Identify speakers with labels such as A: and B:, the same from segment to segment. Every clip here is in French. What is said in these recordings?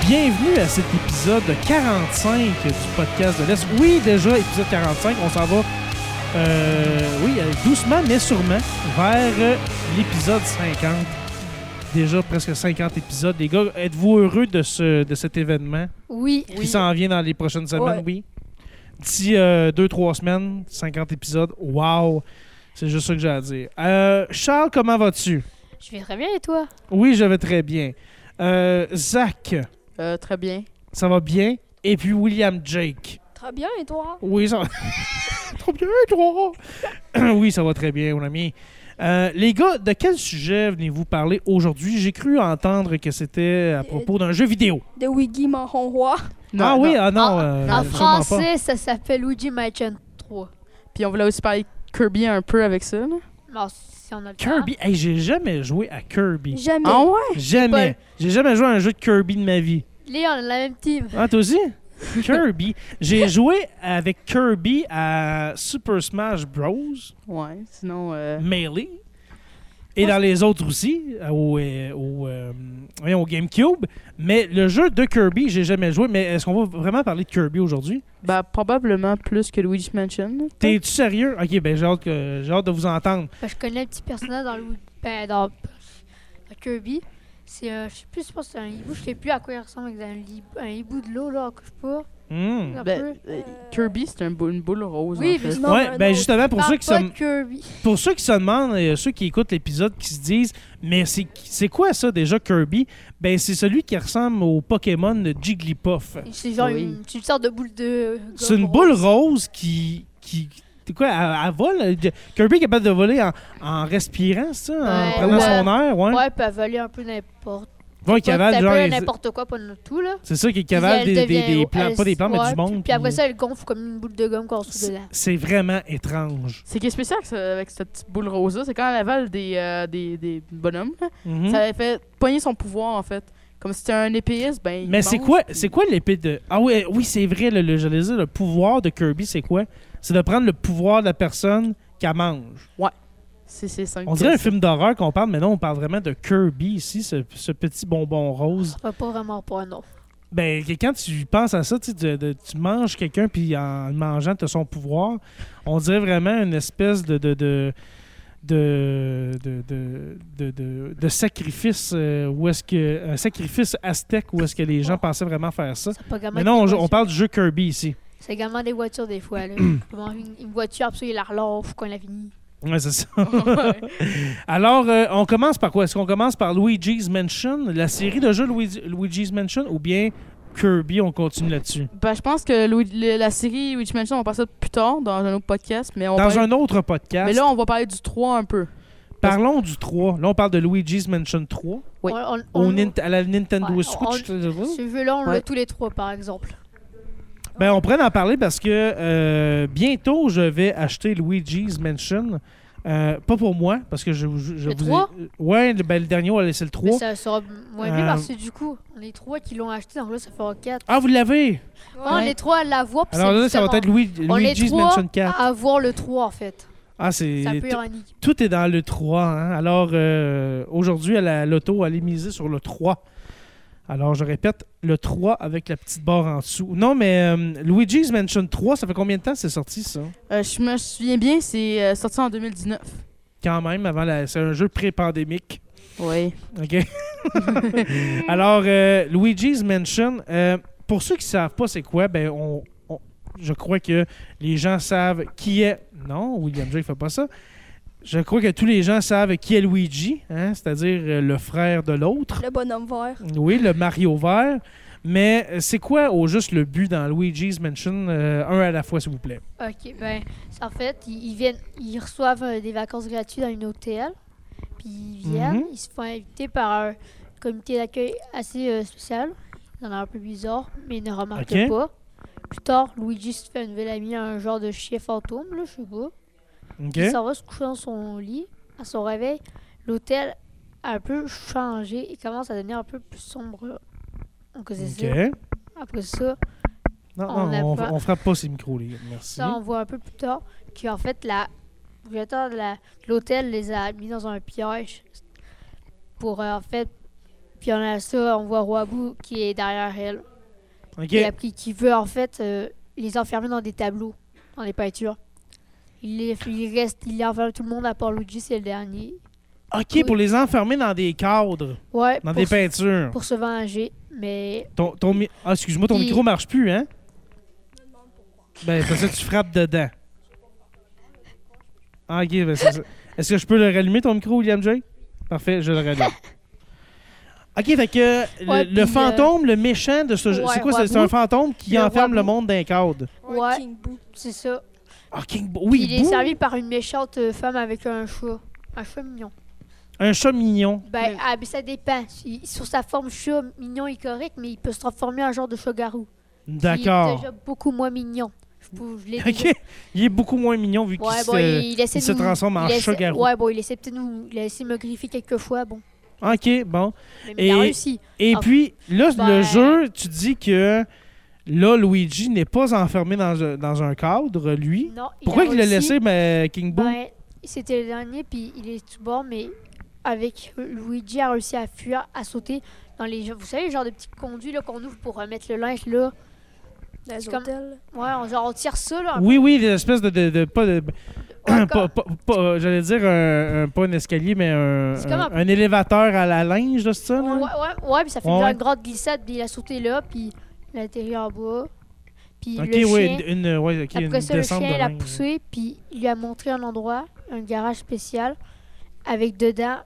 A: Bienvenue à cet épisode 45 du podcast de l'Est. Oui, déjà épisode 45, on s'en va euh, oui, euh, doucement mais sûrement vers euh, l'épisode 50. Déjà presque 50 épisodes. Les gars, êtes-vous heureux de, ce, de cet événement
B: Oui.
A: qui s'en vient dans les prochaines semaines?
C: Ouais.
A: Oui. D'ici 2-3 semaines, 50 épisodes. Wow! C'est juste ça que j'ai à dire. Euh, Charles, comment vas-tu?
B: Je vais très bien et toi?
A: Oui, je vais très bien. Euh, Zach,
C: Euh, très bien.
A: ça va bien? Et puis William Jake.
B: Très bien et toi?
A: Oui, ça va. Trop bien, toi! oui, ça va très bien, mon ami. Euh, les gars, de quel sujet venez-vous parler aujourd'hui? J'ai cru entendre que c'était à propos d'un jeu vidéo.
D: de Wiggy Marron Roy.
A: ah
C: Non,
A: oui,
C: non.
A: ah non.
B: Ah,
A: euh, sûrement
B: En
A: pas.
B: français, ça s'appelle Luigi Mansion 3.
C: Puis on voulait aussi parler de Kirby un peu avec ça. là.
B: Non, si on a le temps.
A: Kirby. Hey, j'ai jamais joué à Kirby.
D: Jamais.
C: Ah ouais?
A: Jamais. J'ai jamais joué à un jeu de Kirby de ma vie.
B: Léon, on a la même team.
A: Ah, toi aussi? Kirby. J'ai joué avec Kirby à Super Smash Bros.
C: Ouais, sinon. euh,
A: Melee. Et dans les autres aussi, euh, au, euh, au, euh, voyons, au GameCube. Mais le jeu de Kirby, j'ai jamais joué. Mais est-ce qu'on va vraiment parler de Kirby aujourd'hui?
C: Bah, probablement plus que Luigi Mansion. là.
A: T'es-tu sérieux? Ok, ben j'ai hâte, que- j'ai hâte de vous entendre.
B: Ben, je connais un petit personnage dans, le, ben, dans dans Kirby. C'est, euh, je sais plus, je pense que c'est un hibou. Je sais plus à quoi il ressemble. avec Un, hibou- un hibou de l'eau, là, que je sais pas.
A: Hmm.
B: Un
C: Ben,
B: peu.
C: euh, Kirby, c'est un bou- une boule rose.
B: Oui,
C: en fait.
B: mais-
D: Non,
A: ouais,
D: mais
A: ben
D: non,
A: justement, pour
B: Parle
A: ceux, qui
B: pas
A: se,
B: de Kirby.
A: pour ceux qui se demandent, euh, ceux qui écoutent l'épisode, qui se disent, mais c'est c'est quoi ça déjà Kirby? Ben c'est celui qui ressemble au Pokémon de Jigglypuff.
B: C'est genre
C: Oui.
B: une, c'est une sorte de boule de.
A: C'est une boule rose qui. qui c'est quoi, elle, elle vole? euh, Kirby est capable de voler en, en respirant, c'est ça? En
B: Ouais,
A: prenant
B: ouais.
A: son air, ouais.
B: Ouais, elle peut avaler un peu n'importe
A: Ouais, il
B: quoi.
A: cavale,
B: Elle
A: hein? genre.
B: peut
A: les-
B: n'importe quoi, pas de tout, là.
A: C'est ça qui
B: Puis
A: cavale
B: elle
A: des, des, des
B: devient-
A: plans,
B: elle-
A: pas des plans, mais
B: ouais,
A: du monde.
B: Puis,
A: puis-
B: après ça, elle gonfle comme une boule de gomme qu'on se
A: c'est-
B: dedans.
A: c'est vraiment étrange.
C: C'est qui est spécial que ça- avec cette petite boule rose-là, c'est quand elle avale des, euh, des, des bonhommes, là,
A: Mhm.
C: ça avait fait pogner son pouvoir en fait. Comme si c'était un épéiste, ben. il
A: Mais c'est
C: mange,
A: quoi,
C: puis-
A: c'est quoi l'épée de. Ah oui, oui c'est vrai, le, le, je le dis, le pouvoir de Kirby, c'est quoi? C'est de prendre le pouvoir de la personne qu'elle mange.
C: C'est c'est cinq
A: On dirait un
C: pièces.
A: film d'horreur qu'on parle, mais non, on parle vraiment de Kirby ici, ce- ce petit bonbon rose.
B: Enfin, pas vraiment pas, non.
A: Ben, que- quand tu penses à ça, tu, sais, de- de- tu manges quelqu'un, puis en le mangeant, tu as son pouvoir. On dirait vraiment une espèce de. de, de de, de, de, de- de- de sacrifice euh, où est-ce que un sacrifice aztèque où est-ce que les gens pensaient vraiment faire ça
B: C'est pas gamin
A: mais non
B: des
A: on, on
B: voitures.
A: parle du jeu Kirby ici
B: C'est également des voitures, des fois, là. Comment une, une voiture, absolument, la relance quand elle a fini.
A: ouais c'est ça alors euh, on commence par quoi est-ce qu'on commence par Luigi's Mansion la série de jeux Luigi- Luigi's Mansion ou bien Kirby on continue là-dessus
C: Ben, je pense que Louis- le- la série Luigi Mansion, on va passer ça plus tard dans un autre podcast. Mais, on
A: dans
C: parle-
A: un autre podcast
C: mais là, on va parler du 3 un peu.
A: Parlons du 3. Là, on parle de Luigi's Mansion 3.
C: Oui.
B: On- on-
A: Au
B: on-
A: Nint- à la Nintendo
B: Ouais,
A: Switch.
B: Ce jeu-là, on
C: Ouais.
B: l'a tous les trois, par exemple.
A: Ben, on pourrait en parler parce que euh, bientôt, je vais acheter Luigi's Mansion. Euh, pas pour moi, parce que je, je, je
B: Le
A: vous ai-
B: 3?
A: Ouais, le, ben, le dernier, on va laisser le
B: Mais
A: 3.
B: ça sera moins
A: Euh,
B: bien parce que du coup, on est trois qui l'ont acheté, donc là, ça fera quatre. Ah,
A: Ah, vous l'avez!
B: On est trois à l'avoir, puis
A: Alors
B: c'est
A: là, ça va
B: justement-
A: être Lui-
B: On est
A: Luigi's
B: trois
A: Mansion 4.
B: à avoir le 3, en fait.
A: Ah, c'est.
B: C'est un peu
A: tout-
B: ironique.
A: Tout est dans le 3. hein. Alors, euh, aujourd'hui, à la loto, elle est misée sur le 3. Alors, je répète, le 3 avec la petite barre en dessous. Non, mais euh, Luigi's Mansion 3, ça fait combien de temps que c'est sorti, ça?
C: Euh, je me souviens bien, c'est euh, sorti en 2019.
A: Quand même, avant la... c'est un jeu pré-pandémique.
C: Oui.
A: OK? Alors, euh, Luigi's Mansion, euh, pour ceux qui ne savent pas c'est quoi, ben on, on- je crois que les gens savent qui est... Non, William J. ne fait pas ça. Je crois que tous les gens savent qui est Luigi, hein, c'est-à-dire euh, le frère de l'autre.
D: Le bonhomme vert.
A: Oui, le Mario vert. Mais euh, c'est quoi au juste le but dans Luigi's Mansion, euh, un à la fois, s'il vous plaît?
B: Ok, ben, c'est- en fait, ils, ils viennent, ils reçoivent euh, des vacances gratuites dans une hôtel, puis ils viennent,
A: Mhm.
B: ils se font inviter par un comité d'accueil assez euh, spécial, dans un peu bizarre, mais ils ne remarquent
A: Ok.
B: pas. Plus tard, Luigi se fait un nouvel ami, un genre de chien fantôme, là, je sais pas.
A: OK?
B: Il s'en va se coucher dans son lit. À son réveil, l'hôtel a un peu changé et commence à devenir un peu plus sombre. Donc, c'est
A: OK.
B: ça. Après ça,
A: Non,
B: On
A: non, on,
B: n'a pas-
A: on frappe pas ces micros, les gars. Merci.
B: Ça, on voit un peu plus tard qu'en fait, la directeur de la- de l'hôtel les a mis dans un piège pour, euh, en fait, Puis on a ça, on voit Wabu qui est derrière elle.
A: Ok.
B: Et après, qui veut en fait euh, les enfermer dans des tableaux, dans des peintures. Il, les- il reste, il enferme tout le monde à part Luigi, c'est le dernier.
A: Ok, pour les enfermer dans des cadres,
B: Ouais,
A: dans
B: pour,
A: des
B: se-
A: peintures.
B: pour se venger, mais
A: Ton, ton mi- ah, excuse-moi, ton
B: Puis-
A: micro marche plus, hein? Ben, parce que tu frappes dedans. Ah, ok, ben c'est ça. Est-ce que je peux le rallumer, ton micro, William J? Parfait, je le rallume. Ok, fait que le,
B: Ouais,
A: le
B: puis, euh,
A: fantôme, le méchant de ce jeu,
B: ouais,
A: c'est quoi? C'est, c'est un
B: Wabu.
A: fantôme qui
B: Le
A: enferme le
B: Wabu.
A: monde d'un cadre.
B: Ouais.
D: King Boo.
B: c'est ça.
A: Ah, King Bo-
B: Puis
A: Oui,
B: il est
A: Boo,
B: servi par une méchante euh, femme avec un chat. Un chat mignon.
A: un chat mignon.
B: Ben, ah, mais ça dépend. Il- sur sa forme chat mignon et correct, mais il peut se transformer en genre de chat garou. Il est
A: D'accord.
B: déjà beaucoup moins mignon. Je, peux- je l'ai déjà-
A: Ok, il est beaucoup moins mignon vu qu'il
B: Ouais,
A: se...
B: bon, il, il essaie
A: il
B: de
A: se
B: nous-
A: transforme en
B: il essaie-
A: chat-garou.
B: Ouais, bon, il essaie peut-être de nous. Il a essayé de me griffer quelques fois, bon.
A: Ok, bon.
B: Mais il a
A: Et-
B: réussi.
A: Et
B: Ah.
A: puis, là, le
B: Ben-
A: jeu, tu dis que là, Luigi n'est pas enfermé dans, un- dans un cadre, lui.
B: Non, il
A: Pourquoi
B: a
A: il l'a
B: réussi.
A: laissé, mais King Boo?
B: Ben, c'était le dernier, puis il est tout bon, mais avec Luigi a réussi à fuir, à sauter dans les. Vous savez, le genre de petits conduits là, qu'on ouvre pour euh, mettre le linge là.
D: Les
B: C'est comme-
D: hôtels.
B: Ouais, on, genre on tire ça là.
A: oui, oui, des espèces de. de, de- pas de
B: Ouais,
A: pas-
B: comme-
A: pas- pas- euh, J'allais dire un, un- pas un escalier, mais un,
B: C'est
A: un,
B: comme un-
A: un élévateur à la linge, là, c'est ça?
B: Ouais,
A: là?
B: ouais, ouais, puis ça fait
A: Ouais,
B: genre
A: ouais.
B: une grande glissade, puis il a sauté là, puis il a atterri en bas. Puis
A: ok,
B: le
A: ouais,
B: chien,
A: une, une- ouais, ok, une
B: Après ça, le
A: descente
B: chien
A: de
B: l'a
A: linge.
B: poussé, puis il lui a montré un endroit, un garage spécial, avec dedans,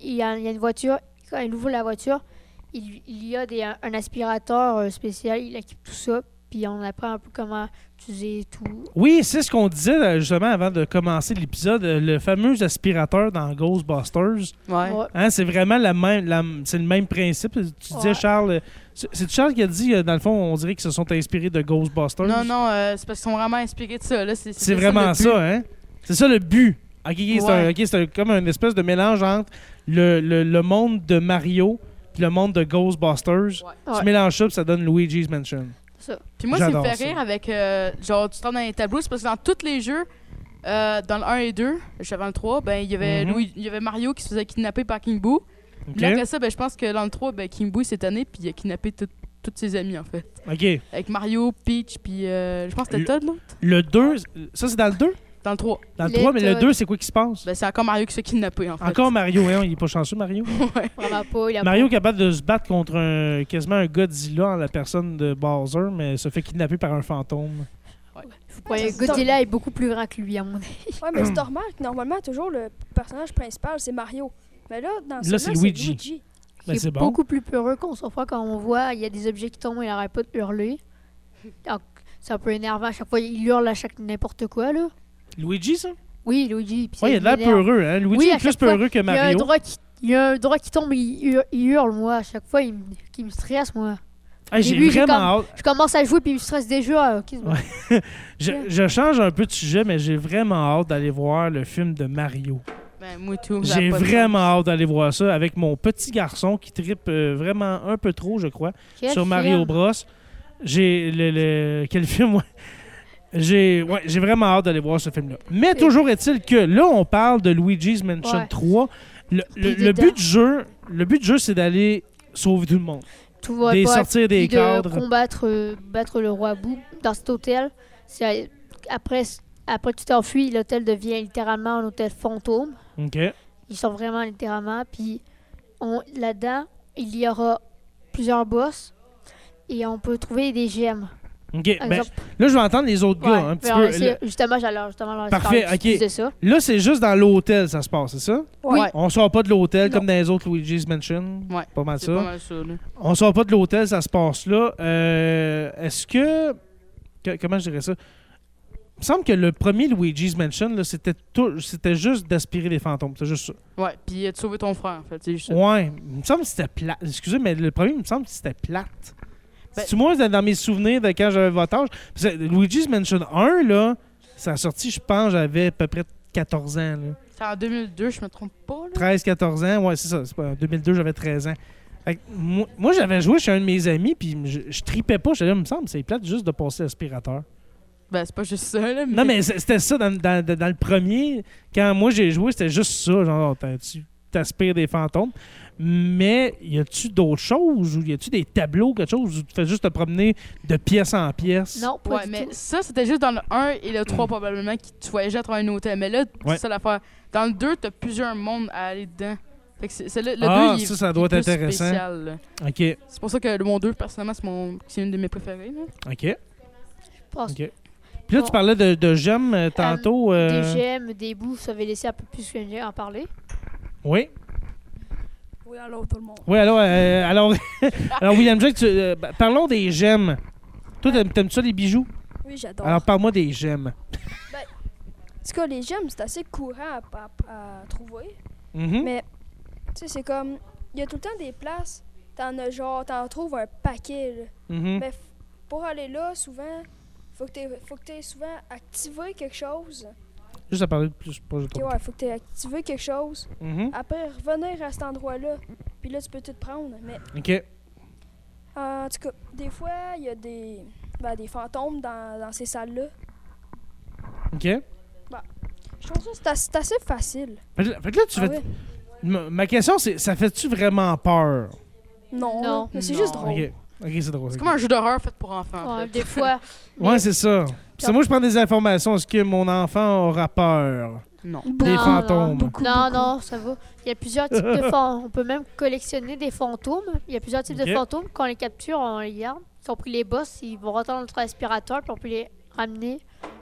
B: il y a, il y a une voiture. Quand il ouvre la voiture, il, il y a des, un, un aspirateur euh, spécial, il équipe tout ça, puis on apprend un peu comment utiliser et tout.
A: Oui, c'est ce qu'on disait euh, justement avant de commencer l'épisode, euh, le fameux aspirateur dans Ghostbusters.
C: Ouais.
B: Ouais.
A: Hein, c'est vraiment la même, la- c'est le même principe. Tu disais,
B: Ouais.
A: Charles, euh, c'est c'est Charles qui a dit, euh, dans le fond, on dirait qu'ils se sont inspirés de Ghostbusters.
C: Non, non, euh, c'est parce qu'ils sont vraiment inspirés de ça. là. C'est
A: C'est
C: le
A: vraiment
C: but.
A: ça, hein? C'est ça le but. Ok, ok, c'est
C: Ouais.
A: un- ok, c'est un- comme une espèce de mélange entre le, le- le monde de Mario et le monde de Ghostbusters.
B: Ouais.
A: Tu mélanges ça, puis ça donne Luigi's Mansion.
B: Ça.
C: Puis moi, ce qui me
A: J'adore
C: fait
A: ça.
C: rire avec, euh, genre, tu tombes dans les tableaux, c'est parce que dans tous les jeux, euh, dans le 1 et 2, juste avant le 3, ben, il y avait
A: Mhm.
C: Louis- il y avait Mario qui se faisait kidnapper par King Boo.
A: Ok?
C: Puis après ça, ben, je pense que dans le 3, ben, King Boo il s'est tanné, puis il a kidnappé tout- tous ses amis, en fait.
A: Ok.
C: Avec Mario, Peach, puis euh, je pense que c'était Todd, là.
A: Le 2, ça c'est dans le 2?
C: Dans le Ben, 3.
A: Dans le
B: Les
A: 3, mais le
B: deux.
A: 2, c'est quoi qui se passe?
C: Ben, c'est encore Mario qui se fait kidnapper, en fait.
A: Encore Mario, hein? Il est pas chanceux, Mario.
B: Vraiment pas, il a
A: Mario capable de se battre contre un, quasiment un Godzilla en la personne de Bowser, mais se fait kidnapper par un fantôme.
B: Ouais, Godzilla est beaucoup plus grand que lui, à mon avis.
D: Ouais, mais c'est normal. Normalement, toujours le personnage principal, c'est Mario. Mais là, dans ce
A: c'est
D: c'est
A: Luigi.
D: Luigi.
A: Ben,
B: il
A: c'est
B: est
A: bon.
B: beaucoup plus peureux qu'on s'en fout quand on voit, il y a des objets qui tombent, il n'arrête pas de hurler. Donc, C'est un peu énervant à chaque fois, il hurle à chaque n'importe quoi, là.
A: Luigi, ça?
B: Oui, Luigi. puis
A: Ouais, il a
B: ça
A: de l'air
B: m'énerve.
A: peureux, hein? Luigi
B: Oui, à
A: est plus
B: chaque fois,
A: peureux que
B: Il y a un
A: Mario.
B: droit qui, il y a un droit qui tombe, il, hur- il hurle, moi. À chaque fois, il, me- qu'il me stresse, moi.
A: Hey, j'ai
B: début, j'ai
A: vraiment hâte.
B: Je commence à jouer, puis il me stresse déjà. euh, qu'est-ce que-
A: Ouais. Je, je change un peu de sujet, mais j'ai vraiment hâte d'aller voir le film de Mario.
C: Ben, moi, tout, ça a
A: J'ai
C: pas de
A: vraiment hâte d'aller voir ça avec mon petit garçon qui tripe euh, vraiment un peu trop, je crois,
B: Quel
A: sur
B: film.
A: Mario Bros. J'ai le, le- quel film ouais. J'ai ouais, j'ai vraiment hâte d'aller voir ce film-là. Mais toujours est-il que là, on parle de Luigi's Mansion
B: Ouais.
A: 3. Le, le-
B: Puis
A: le
B: dedans.
A: but du jeu, le but du jeu, c'est d'aller sauver tout le monde,
B: Tout va
A: des
B: pas,
A: sortir des
B: puis de
A: cadres.
B: combattre euh, battre le roi Bou dans cet hôtel. C'est- Après, après tu t'enfuis, l'hôtel devient littéralement un hôtel fantôme.
A: Ok.
B: Ils sont vraiment littéralement. Puis on- là-dedans, il y aura plusieurs boss et on peut trouver des gemmes.
A: Ok.
B: Par
A: ben,
B: exemple,
A: là, je vais entendre les autres gars hein,
B: ouais,
A: un petit
B: mais on
A: peu.
B: va essayer- Justement, j'allais justement leur
A: Parfait,
B: parler
A: ok.
B: de ça.
A: Là, c'est juste dans l'hôtel, ça se passe, c'est ça?
C: Ouais.
A: On sort pas de l'hôtel
D: Non.
A: comme dans les autres Luigi's Mansion.
C: Ouais.
A: Pas mal
C: C'est
A: ça.
C: pas mal ça, là.
A: On sort pas de l'hôtel, ça se passe là. Euh, Est-ce que... que- Comment je dirais ça? Il me semble que le premier Luigi's Mansion, là, c'était tout- c'était juste d'aspirer les fantômes. C'est juste ça.
C: Ouais, puis euh, de sauver ton frère, en fait. C'est juste ça.
A: Ouais. Il me semble que c'était plate. Excusez, mais le premier, il me semble que c'était plate.
C: Ben-
A: C'est-tu moi, dans- dans mes souvenirs de quand j'avais votre âge? Parce que Luigi's Mansion 1, là, ça a sorti, je pense, j'avais à peu près 14 ans. Là.
C: C'est en 2002, je me trompe pas, là.
A: 13, 14 ans. Ouais, c'est ça. C'est pas, en 2002, j'avais 13 ans. Fait que moi, moi, j'avais joué chez un de mes amis, puis je, je tripais pas. J'étais là, il me semble, c'est plate juste de passer l'aspirateur.
C: Ben, c'est pas juste ça, là.
A: Non, mais c'est- c'était ça dans, dans- dans- dans le premier. Quand moi, j'ai joué, c'était juste ça. Genre, oh, t'as-tu t'aspires des fantômes. Mais y a-tu d'autres choses ou y a-tu des tableaux, quelque chose où tu fais juste te promener de pièce en pièce?
B: Non, pas
C: Ouais,
B: du
C: mais
B: tout.
C: ça, c'était juste dans le 1 et le 3, probablement, que tu voyageais à travers un hôtel. Mais là,
A: Ouais.
C: c'est ça l'affaire. Dans le 2, t'as plusieurs mondes à aller dedans. Fait que c'est, c'est le, le
A: Ah,
C: 2, il est-
A: ça, ça
C: il est
A: doit être
C: plus
A: intéressant.
C: spécial, là.
A: Ok,
C: C'est pour ça que le mon 2, personnellement, c'est, mon, c'est une de mes préférées. là.
A: ok.
B: Parce-
A: Ok. Puis là, tu parlais de, de gemmes euh, tantôt. euh,
B: Des gemmes, des bouts, ça avait laissé un peu plus que j'ai en parler.
A: Oui.
D: Oui, allô tout le monde.
A: Oui, alors, euh, alors, alors William Jack, tu- euh, bah, parlons des gemmes. Toi, t'aimes- t'aimes-tu ça les bijoux?
D: Oui, j'adore.
A: Alors, parle-moi des gemmes.
D: En tout cas, les gemmes, c'est assez courant à, à- à trouver.
A: Mhm.
D: Mais, tu sais, c'est comme. Il y a tout le temps des places. T'en as genre. T'en trouves un paquet, là.
A: Mhm.
D: Mais f- pour aller là, souvent, faut que t'aies, faut que t'aies souvent activé quelque chose.
A: Juste à parler de plus proche de
D: Ok,
A: toi.
D: ouais, faut que t'aies activé quelque chose.
A: Mhm.
D: Après, revenir à cet endroit-là. Puis là, tu peux tout prendre. Mais,
A: OK.
D: en tout cas, des fois, il y a des, ben, des fantômes dans, dans ces salles-là.
A: OK.
D: Je trouve ça, c'est as- c'est assez facile.
A: Fait que là- fait que là, tu
D: Ah
A: fais-
D: ouais?
A: ma, ma question, c'est ça fait-tu vraiment peur?
D: Non,
B: Non.
D: mais c'est
C: Non.
D: juste drôle.
A: OK. OK, c'est drôle.
C: C'est
A: ok.
C: comme un jeu d'horreur fait pour enfants. en
B: Ouais,
C: fait.
B: des fois,
A: Ouais, c'est ça. Puis c'est moi, je prends des informations. Est-ce que mon enfant aura peur?
C: Non.
A: Des
B: Non,
A: fantômes.
D: beaucoup,
B: non,
D: beaucoup.
B: non, ça va. Il y a plusieurs types de fantômes. On peut même collectionner des fantômes. Il y a plusieurs types
A: Ok.
B: de fantômes. Quand on les capture, on les garde. Quand on pris les boss, ils vont rentrer dans notre aspirateur, puis on peut les ramener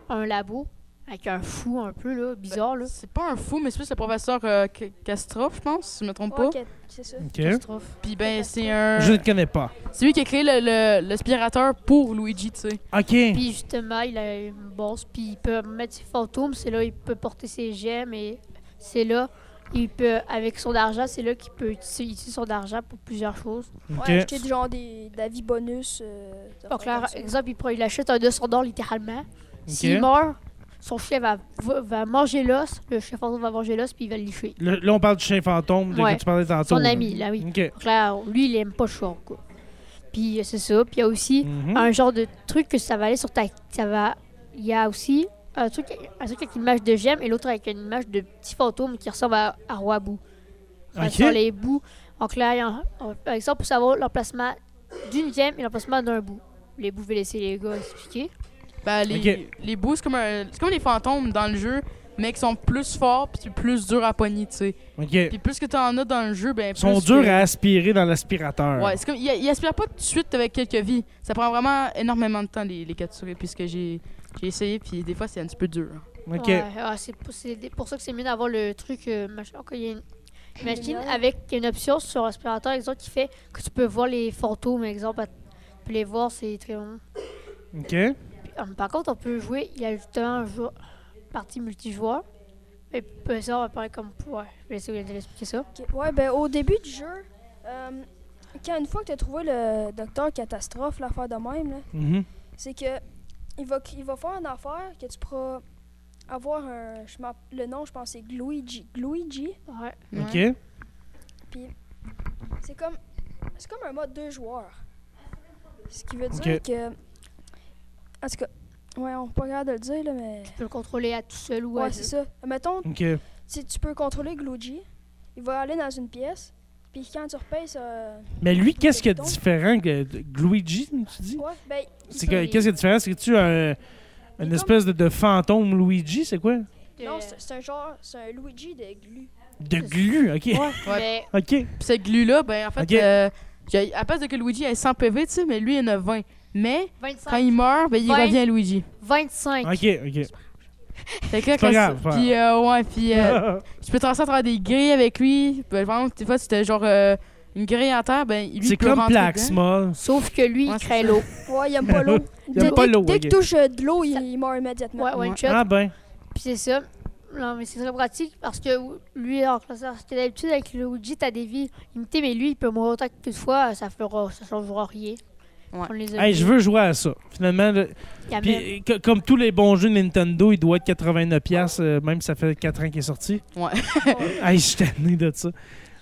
B: à un labo avec un fou un peu là, bizarre. Là.
C: C'est pas un fou, mais c'est plus le professeur euh, K- Kastroff, je pense, si je me trompe
D: Ouais,
C: pas.
D: ok, c'est ça.
A: OK.
B: Catastrophe.
C: Puis ben, c'est un.
A: Je ne connais pas.
C: C'est lui qui a créé le, le, l'aspirateur pour Luigi, tu sais.
A: OK.
B: Puis justement, il a une bosse, puis il peut mettre ses fantômes. C'est là il peut porter ses gemmes et c'est là. Il peut, avec son argent, c'est là qu'il peut utiliser utiliser son argent pour plusieurs choses.
A: OK.
D: Ouais, acheter du genre des d'avis bonus. euh, des
B: Donc,
D: affaires
B: là,
D: comme ça.
B: exemple, il, prend, il achète un 200 dollars littéralement.
A: OK.
B: S'il meurt, son chien va, va- va manger l'os, le chien fantôme va manger l'os, puis il va le licher.
A: Le- là, on parle du chien fantôme de
B: Ouais.
A: que tu parlais tantôt.
B: Son
A: là.
B: ami, là, oui.
A: OK.
B: Donc là, lui, il aime pas le chien, quoi. Puis euh, c'est ça. Puis il y a aussi
A: Mhm.
B: un genre de truc que ça va aller sur ta... Ça va... Il y a aussi un truc, un truc avec une image de gemme et l'autre avec une image de petit fantôme qui ressemble à, à Roi Bou. Ça
A: Ok.
B: Sur les bouts. Donc là, il y a un- un- par exemple, pour savoir l'emplacement d'une gemme et l'emplacement d'un bout. Les bouts, je vais laisser les gars expliquer.
C: Ben, les,
A: Ok.
C: les bouts, c'est comme, un- c'est comme les fantômes dans le jeu, mais qui sont plus forts puis plus durs à pogner, tu sais.
A: OK.
C: Puis plus que t'en as dans le jeu, ben.
A: Ils sont
C: plus
A: durs
C: que-
A: à aspirer dans l'aspirateur.
C: Ouais, c'est comme. Il, il aspire pas tout de suite avec quelques vies. Ça prend vraiment énormément de temps, les, les capturer, puisque j'ai, j'ai essayé, puis des fois, c'est un petit peu dur. hein.
A: OK.
B: Ouais, ouais, c'est pour, c'est des- pour ça que c'est mieux d'avoir le truc euh, machin. qu'il y a une une machine
D: Lumière.
B: avec une option sur l'aspirateur, exemple, qui fait que tu peux voir les fantômes, exemple. à- Tu peux les voir, c'est très bon.
A: OK.
B: Puis, euh, par contre, on peut jouer, il y a justement un jeu, partie multijoueur. Mais peu- ça, on va parler comme. Ouais, je vais laisser William expliquer ça.
D: Ok, Ouais, ben au début du jeu, euh, quand une fois que t'as trouvé le docteur catastrophe, l'affaire de même, là,
A: Mhm.
D: c'est que il va, il va faire une affaire que tu pourras avoir un. je m'en- le nom, je pense, c'est Gluigi. Gluigi,
B: Ouais.
A: OK.
C: Ouais.
D: c'est comme, c'est comme un mode deux joueurs. Ce qui veut dire
A: Ok.
D: que. En tout cas, ouais, on peut pas capable de le dire, là, mais.
B: Tu peux le contrôler à tout seul ou
D: Ouais,
B: à
D: c'est
B: deux.
D: ça. Mettons,
A: OK.
D: si tu peux contrôler Gluigi, il va aller dans une pièce, puis quand tu repasses. euh,
A: Mais lui, qu'est-ce qui est différent que de- que Luigi, tu dis?
D: ouais, ben,
A: C'est que- Qu'est-ce qui est différent? C'est que tu as un- une espèce de, de fantôme Luigi, c'est quoi?
B: De-
D: Non, c'est c'est un genre, c'est un Luigi de glu.
A: De glu, OK.
B: mais
A: OK.
C: Puis cette glue-là, ben, en fait,
A: Ok.
C: euh, j'ai- à place de que Luigi ait 100 PV, tu sais, mais lui, il en a 20. Mais quand
B: 25.
C: il meurt, ben, il
B: Ouais.
C: revient à Luigi.
B: 25.
A: OK, OK.
C: Fait que là,
A: pas
C: quand
A: grave,
C: c'est-
A: pas
C: Puis, euh, ouais, puis euh,
A: Ah,
C: tu peux traverser à travers des grilles avec lui. Ben, par exemple, des fois, c'était genre euh, une grille en terre, ben, lui,
A: c'est
C: il peut
A: comme
C: rentrer dedans.
A: Plaxma.
B: Sauf que lui,
C: Ouais,
B: il
C: c'est
B: crée
C: ça.
B: l'eau.
D: Ouais, il aime pas l'eau.
A: Il aime
D: Dès-
A: pas
D: dès-
A: l'eau,
D: Dès
A: ok.
D: qu'il touche euh, de l'eau, il, il meurt immédiatement.
B: Ouais, one
C: Ouais.
B: shot.
A: Ah ben.
B: Puis c'est ça. Non, mais c'est très pratique parce que lui, alors que ça, c'était d'habitude avec Luigi, t'as des vies limitées, mais lui, il peut mourir autant que tu fois, ça fera, ça changera rien.
C: Ouais.
B: On les a
A: Hey,
B: vus.
A: je veux jouer à ça. Finalement, le-
B: Il y
C: Ah,
B: a même-
C: ben.
A: puis, euh, co- comme tous les bons jeux Nintendo, il doit être 89$, piastres, euh, même si ça fait 4 ans qu'il est sorti.
C: Ouais.
A: hey, je suis tanné de ça.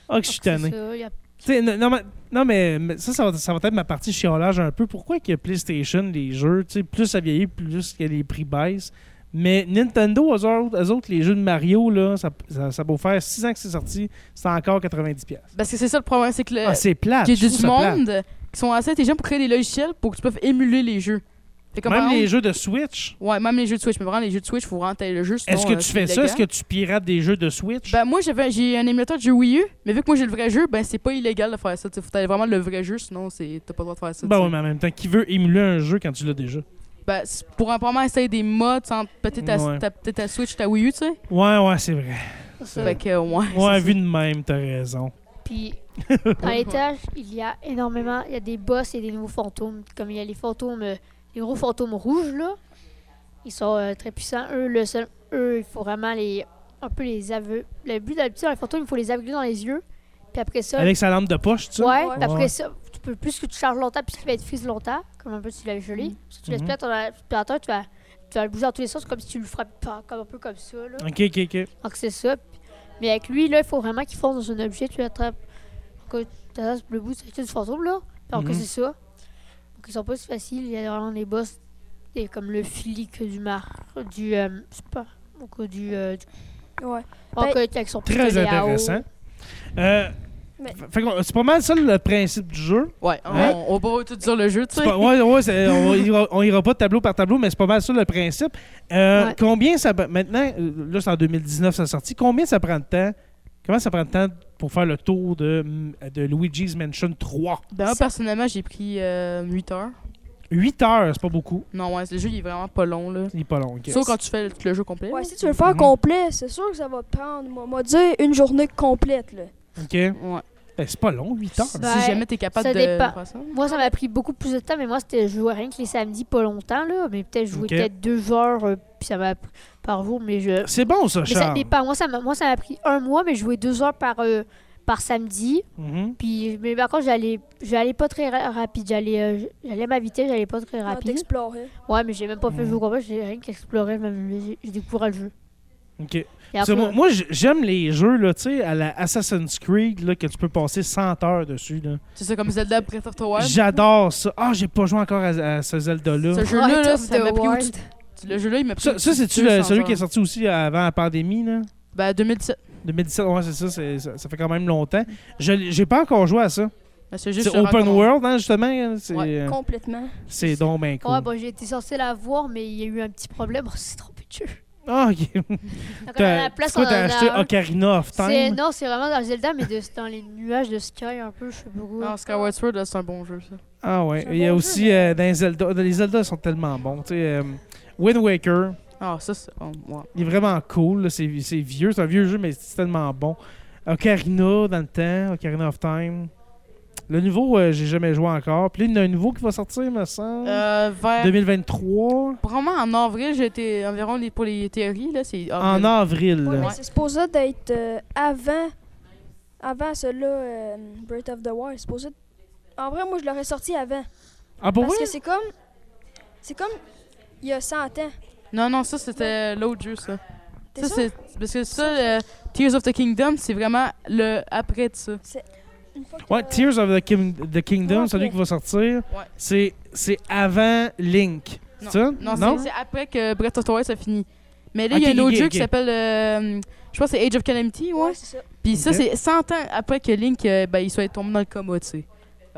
A: Ah, que je suis
B: c'est
A: tanné.
B: ça, il y a-
A: Tu sais, non, non, mais, non, mais- mais ça, ça va, ça va être ma partie chiolage un peu. Pourquoi que PlayStation, les jeux, tu sais, plus ça vieillit, plus que les prix baissent, Mais Nintendo, eux autres, eux autres, les jeux de Mario, là, ça, ça, ça peut faire 6 ans que c'est sorti, c'est encore 90$. piastres.
C: Parce que c'est ça le problème, c'est que le,
A: ah, c'est plate.
C: Euh, qu'il
A: je
C: y a
A: trouve
C: du
A: ça plate.
C: monde qui sont assez intelligents pour créer des logiciels pour que tu puisses émuler les jeux. Fait comme
A: Même
C: par
A: les
C: exemple-
A: jeux de Switch.
C: Ouais, même les jeux de Switch. Mais vraiment, les jeux de Switch, faut vraiment tailler le jeu. sinon,
A: Est-ce que
C: euh,
A: tu
C: c'est
A: fais ça? Est-ce que
C: illégal.
A: tu pirates des jeux de Switch?
C: Ben, moi, j'avais- j'ai un émulateur de jeu Wii U, mais vu que moi j'ai le vrai jeu, ben c'est pas illégal de faire ça. T'sais, faut tailler vraiment le vrai jeu, sinon c'est- t'as pas le droit de faire ça.
A: Ben
C: t'sais.
A: oui, mais en même temps, qui veut émuler un jeu quand tu l'as déjà?
C: Ben, c'est pour un moment essayer des mods, sans peut-être ta,
A: Ouais.
C: ta- peut-être ta Switch, ta Wii U, tu sais.
A: Ouais, ouais, c'est vrai.
C: Fait que, euh, ouais.
A: Ouais,
C: c'est
A: vu de même, t'as raison.
B: Puis, dans l'étage, il y a énormément. Il y a des boss et des nouveaux fantômes. Comme il y a les fantômes, euh, les gros fantômes rouges, là. Ils sont euh, très puissants. Eux, le seul, eux, il faut vraiment les. Un peu les aveux. Le but d'habitude, dans les fantômes, il faut les aveugler dans les yeux. Puis après ça.
A: Avec sa lampe de poche, tu sais.
B: Ouais,
D: Ouais.
B: puis après
A: Ouais.
B: ça, tu peux plus que tu charges longtemps, puis tu vas être freeze longtemps, comme un peu tu l'avais gelé.
D: Mm-hmm.
B: Si tu laisses
A: Mhm.
B: plaire ton aspirateur, tu vas, tu vas le bouger dans tous les sens, comme si tu le frappes pas, comme un peu comme ça. Là.
A: Ok, ok, ok.
B: Donc c'est ça. Puis- Mais avec lui, là, il faut vraiment qu'il fonce dans un objet, tu l'attrapes. Quand tu attrapes le bout, c'est du fantôme, là. Donc
A: Mhm.
B: c'est ça. Donc ils sont pas si faciles. Il y a vraiment des boss, des- comme le flic du mar. Du. euh, je sais pas. Donc, euh, du. euh, du-
D: Ouais.
B: donc,
D: Ben,
B: euh, avec son
A: Très
B: pistolet à eau.
A: intéressant. Euh,
D: Mais-
A: fait qu'on- C'est pas mal ça le principe du jeu.
C: Ouais,
A: Ouais.
C: on, on va pas tout dire le jeu, tu
A: C'est
C: sais.
A: pas- ouais, ouais, c'est- on, ira, on ira pas tableau par tableau, mais c'est pas mal ça le principe. Euh,
B: Ouais.
A: Combien ça. Maintenant, euh, là, c'est en 2019, ça a sorti. Combien ça prend de temps Comment ça prend de temps pour faire le tour de, mm, de Luigi's Mansion 3
C: Ben, moi, personnellement, j'ai pris euh, 8 heures.
A: 8 heures, c'est pas beaucoup.
C: Non, ouais, le jeu, il est vraiment pas long, là.
A: Il est pas long. ok.
C: Sauf quand tu fais le, le jeu complet.
D: Ouais,
C: là.
D: si tu veux le faire
A: Mhm.
D: complet, c'est sûr que ça va te prendre, moi, moi dire, une journée complète, là.
A: Ok.
C: Ouais.
A: Ben, c'est pas long, 8 heures.
B: Ben,
C: si jamais t'es capable
B: ça
C: de, de
B: dépend.
C: faire ça.
B: Moi, ça m'a pris beaucoup plus de temps, mais moi, c'était jouer rien que les samedis, pas longtemps, là. Mais peut-être jouer
A: Ok.
B: peut-être deux heures, euh, puis ça m'a pris par jour, mais je.
A: C'est bon, ça,
B: Mais ça
A: Charles.
B: dépend. Moi, ça m'a moi, ça m'a pris un mois, mais je jouais deux heures par, euh, par samedi.
A: Mhm.
B: Puis, mais par contre, j'allais, j'allais pas très ra- rapide. J'allais, euh, j- j'allais à ma vitesse, j'allais pas très
D: Rapide.
B: rapide. Ouais, mais j'ai même pas fait le
A: Mhm.
B: jeu complet, j'ai rien qu'exploré, même j'ai- j'ai découvert le jeu.
A: Ok.
B: Et
A: Parce que
B: après- euh,
A: moi, moi, j- j'aime les jeux là, tu sais, à la Assassin's Creed là, que tu peux passer 100 heures dessus. là.
C: C'est ça, comme Zelda Breath of the Wild.
A: J'adore ça. Ah, j'ai pas joué encore à, à ce Zelda-là.
B: Ah,
C: Ce jeu-là, là, ça m'a pris au-dessus- Le jeu-là, il m'a pris.
A: Ça, ça,
C: au-dessus de
A: c'est-tu le-
C: 200
A: celui qui est
C: heures.
A: sorti aussi avant la pandémie, là?
C: Ben, 2017.
A: 2017, ouais, c'est ça, c'est- ça, ça fait quand même longtemps. Je l'ai- J'ai pas encore joué à ça.
C: Ben, ce jeu, je
A: C'est
C: te le
A: open
C: recommande.
A: world, hein, justement. hein, C'est
C: Ouais,
A: euh,
D: Complètement.
A: c'est donc bien cool.
B: Ouais, bah, j'ai été censé la voir, mais il y a eu un petit problème, Oh, on s'est trompé de jeu.
A: Ah, ok.
B: Donc, on en a
A: T'as
B: Euh, la place,
A: pourquoi
B: on
A: t'as
B: en a
A: acheté
B: un.
A: Ocarina of
B: C'est-
A: Time?
B: Non, c'est vraiment dans Zelda, mais de- c'est dans les nuages de Sky un peu, je sais pas. pourquoi.
C: Non, Ah, Skyward Sword, là, c'est un bon jeu, ça.
A: Ah, ouais.
D: C'est un
A: Il y a
D: bon
A: aussi
D: jeu,
A: euh, dans les Zelda. Les Zelda sont tellement bons. Tu sais, euh, Wind Waker,
C: Ah, ça, c'est. oh, ouais.
A: il est vraiment cool. là, C'est c'est vieux. C'est un vieux jeu, mais c'est tellement bon. Ocarina, dans le temps. Ocarina of Time. Le nouveau, euh, j'ai jamais joué encore. Puis là, il y en a un nouveau qui va sortir, me semble.
C: Euh, vers.
A: 2023
C: Vraiment, en avril, j'étais environ les- pour les théories, là, c'est.
A: en avril.
D: Ouais, mais
C: Ouais.
D: c'est supposé d'être euh, avant. Avant celui-là, euh, Breath of the Wild. C'est supposé. En vrai, moi, je l'aurais sorti avant.
A: Ah pour
D: parce
A: vrai?
D: que c'est comme. C'est comme. Il y a 100 ans.
C: Non, non, ça, c'était l'autre jeu, ça.
D: T'es
C: Ça,
D: sûr?
C: c'est. Parce que ça, le Tears of the Kingdom, c'est vraiment le après de ça.
D: Une fois que-
A: Ouais, Tears of the, Kim- the Kingdom,
D: Ouais,
A: celui
D: ok.
A: qui va sortir,
C: Ouais.
A: c'est c'est avant Link. C'est ça?
C: Non, c'est- c'est après que Breath of the Wild, ça finit. Mais là, il y
A: Ok,
C: a un autre
A: ok,
C: jeu
A: ok.
C: qui s'appelle. euh, je pense que c'est Age of Calamity, ouais.
D: Ouais, c'est ça.
C: Puis ça,
A: Ok.
C: c'est 100 ans après que Link euh, ben, il soit tombé dans le coma, tu sais.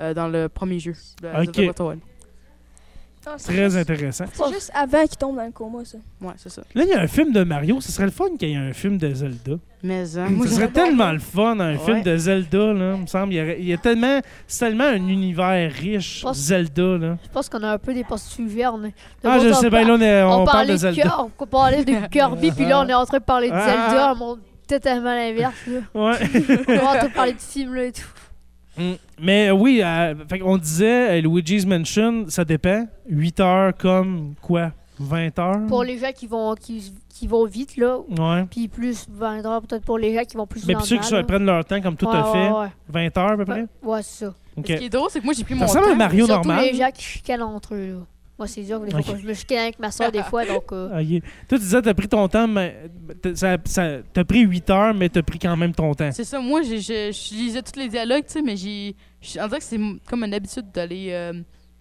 C: euh, dans le premier jeu. de- de
A: Ok.
C: Breath of the Wild.
D: Ah, c'est
A: Très
D: juste-
A: intéressant.
D: C'est juste avant qu'il tombe dans le coma, ça.
C: Ouais, c'est ça.
A: Là, il y a un film de Mario. Ce serait le fun qu'il y ait un film de Zelda.
C: Mais. euh, moi,
A: Ce serait tellement le fun, un
C: Ouais.
A: film de Zelda, là. Il me semble, il y, aurait- il y a tellement, c'est tellement un univers riche,
B: Pense-
A: Zelda, là.
B: Je pense qu'on a un peu dépassé le sujet. On est...
A: Ah, je
B: on
A: sais
B: par-
A: bien, là, on, est- on parle
B: parlait
A: de
B: de
A: Zelda.
B: Kirby, on parlait de Kirby, puis là, on est en train de parler de
A: Ah.
B: Zelda, mon totalement l'inverse. là.
A: Ouais.
B: On est en train de parler de films, là, et tout.
A: Mm. Mais euh, oui, on disait, euh, Luigi's Mansion, ça dépend. 8 heures comme quoi? 20 heures?
B: Pour les gens qui vont, qui, qui vont vite, là,
A: Ouais.
B: puis plus 20 heures, peut-être pour les gens qui vont plus
A: Mais puis
B: normal.
A: ceux qui sont-
B: là.
A: prennent leur temps comme tout
B: ouais,
A: à fait,
B: Ouais, ouais.
A: 20 heures à peu près.
B: Ouais, ouais, c'est ça.
A: Ok.
C: Ce qui est drôle, c'est que moi, j'ai pris
A: Ça
C: mon
A: ressemble à
C: temps.
A: Mario
B: Surtout
A: normal.
B: les gens qui chicanent entre eux, là. Moi, c'est dur, des fois,
A: Ok.
B: quand je me chicane avec ma soeur, des fois, donc... euh,
A: Ah, yeah. Toi, tu disais, t'as pris ton temps, mais t'as ça- ça- t'as pris 8 heures, mais t'as pris quand même ton temps.
C: C'est ça, moi, j'ai- je je lisais tous les dialogues, tu sais, mais j'ai. j'ai- On dirait que c'est m- comme une habitude d'aller euh,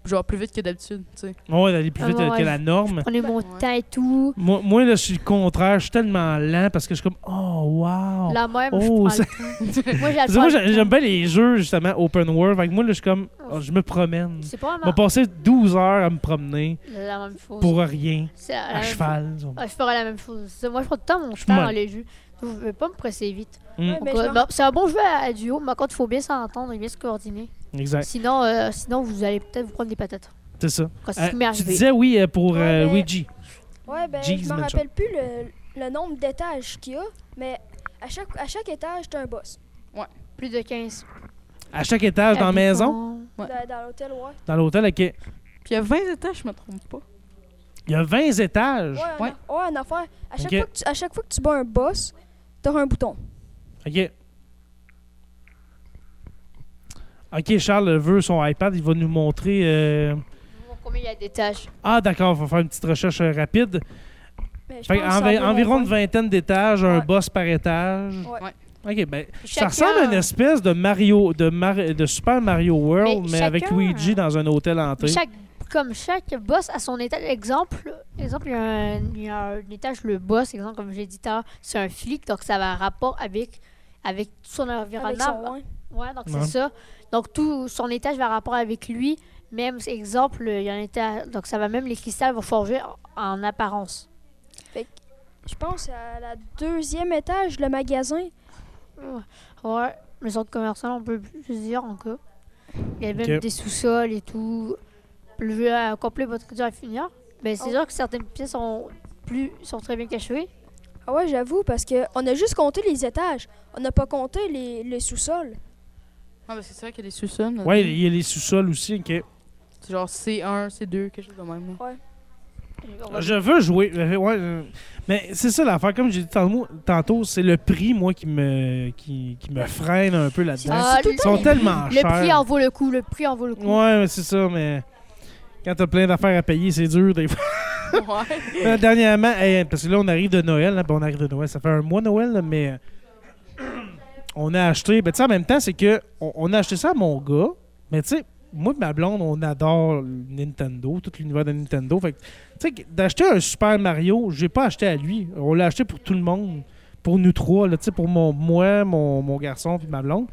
C: genre plus vite que d'habitude, tu sais.
A: Ouais, d'aller plus
B: Ah,
A: vite euh,
B: ouais.
A: que la norme.
B: On est mon
C: Ouais.
B: temps et tout.
A: Moi, moi, là, je suis le contraire. Je suis tellement lent parce que je suis comme, oh, wow.
B: La même, je
A: Oh,
B: prends
A: ça-
B: le temps.
A: Parce que
B: Moi,
A: Moi,
B: j'adore.
A: j'a- j'aime bien les jeux, justement, open world. Fait que moi, là, je suis comme, oh, je me promène.
B: C'est pas
A: Je vais
B: vraiment
A: passer 12 heures à me promener
B: la même chose.
A: Bah, pour rien,
B: C'est la- la
A: à
B: même
A: cheval. disons.
B: chose. Ah, je ferais la même chose. C'est- Moi, je prends tout le temps mon
A: Je suis
B: temps dans
A: molle.
B: les jeux. Je veux pas me presser vite.
A: Mm.
D: Ouais, mais
B: Donc,
D: je
B: euh,
D: me-
B: bah, c'est un bon jeu à, à duo, mais quand il faut bien s'entendre et bien se coordonner.
A: Mm, Exact,
B: Sinon, euh, sinon vous allez peut-être vous prendre des patates.
A: c'est ça.
B: Quand c'est
A: Euh,
B: ce qui m'est
A: tu
B: arrivé.
A: disais oui euh, pour euh,
D: Ouais, mais-
A: Luigi.
D: Ouais, ben,
A: Jeez,
D: je me
A: man,
D: rappelle plus le, le nombre d'étages qu'il y a, mais à chaque, à chaque étage, t'as un boss.
B: Plus de 15.
A: À chaque étage dans la maison,
C: Ouais.
D: Dans, dans l'hôtel, ouais.
A: dans l'hôtel, OK. Il
C: Puis il y a 20 étages, je me trompe pas.
A: y a 20 étages.
D: Ouais, en-
C: Ouais.
D: ouais, en affaire. À chaque,
A: Ok.
D: fois que tu, à chaque fois que tu bats un boss, t'as un bouton.
A: OK. OK, Charles veut son iPad. Il va nous montrer... euh,
B: Combien il y a d'étages
A: Ah, d'accord, on va faire une petite recherche euh, rapide.
D: Mais Ben, je
A: Fait
D: pense que
A: envi-
D: c'est
A: environ une vingtaine d'étages, un
D: Ouais.
A: boss par étage.
D: Ouais.
A: OK, ben, ça
B: Chacun-
A: ressemble à une espèce de Mario, de, Mar- de Super Mario World, mais,
B: Mais
A: avec
B: chacun,
A: Luigi
B: euh,
A: dans un hôtel hanté.
B: Chaque, comme chaque boss a son étage. Exemple, exemple il, y a un, il y a un étage, le boss, exemple, comme j'ai dit tout à l'heure, c'est un flic, donc ça va un rapport avec, avec tout son
D: Avec
B: environnement.
D: son oin.
B: Ouais, donc
A: Ouais.
B: c'est ça. Donc tout son étage va avoir rapport avec lui. Même exemple, il y a un étage, donc ça va même les cristals vont forger en, en apparence.
D: Je pense à la deuxième étage, le magasin.
B: Ouais, les centres commerciaux, on peut plus dire encore. Il y a même
A: Ok.
B: des sous-sols et tout. Le jeu a complet votre dur à finir. hein. Mais c'est
D: Oh.
B: sûr que certaines pièces sont plus sont très bien cachées.
D: Ah ouais, j'avoue, parce que on a juste compté les étages. On n'a pas compté les, les sous-sols.
C: Ah, parce que c'est vrai qu'il y a des sous-sols. là-dedans.
A: Ouais, il y a les sous-sols aussi. OK.
C: C'est genre C1, C2, quelque chose de même. là.
B: On va-
A: Euh, Je veux jouer. Euh, ouais, euh, mais c'est ça l'affaire. Comme j'ai dit tant- tantôt, c'est le prix, moi, qui me, qui, qui me freine un peu là-dedans.
B: Ah,
D: C'est tout le
A: Ils
D: temps
A: sont
D: les-
A: tellement
B: Le
A: chers.
B: prix en vaut le coup, le prix en vaut le coup.
A: Ouais, mais c'est ça, mais quand t'as plein d'affaires à payer, c'est dur des fois.
C: ouais.
A: Euh, Dernièrement, eh, parce que là, on arrive de Noël. là, ben, on arrive de Noël. Ça fait un mois Noël, là, mais euh, on a acheté. Ben, tu sais, en même temps, c'est que on, on a acheté ça à mon gars. Mais tu sais, moi et ma blonde, on adore Nintendo, tout l'univers de Nintendo. Fait que, tu sais, que d'acheter un Super Mario, j'ai pas acheté à lui. On l'a acheté pour tout le monde. Pour nous trois, là, tu sais, pour mon, moi, mon, mon garçon puis ma blonde.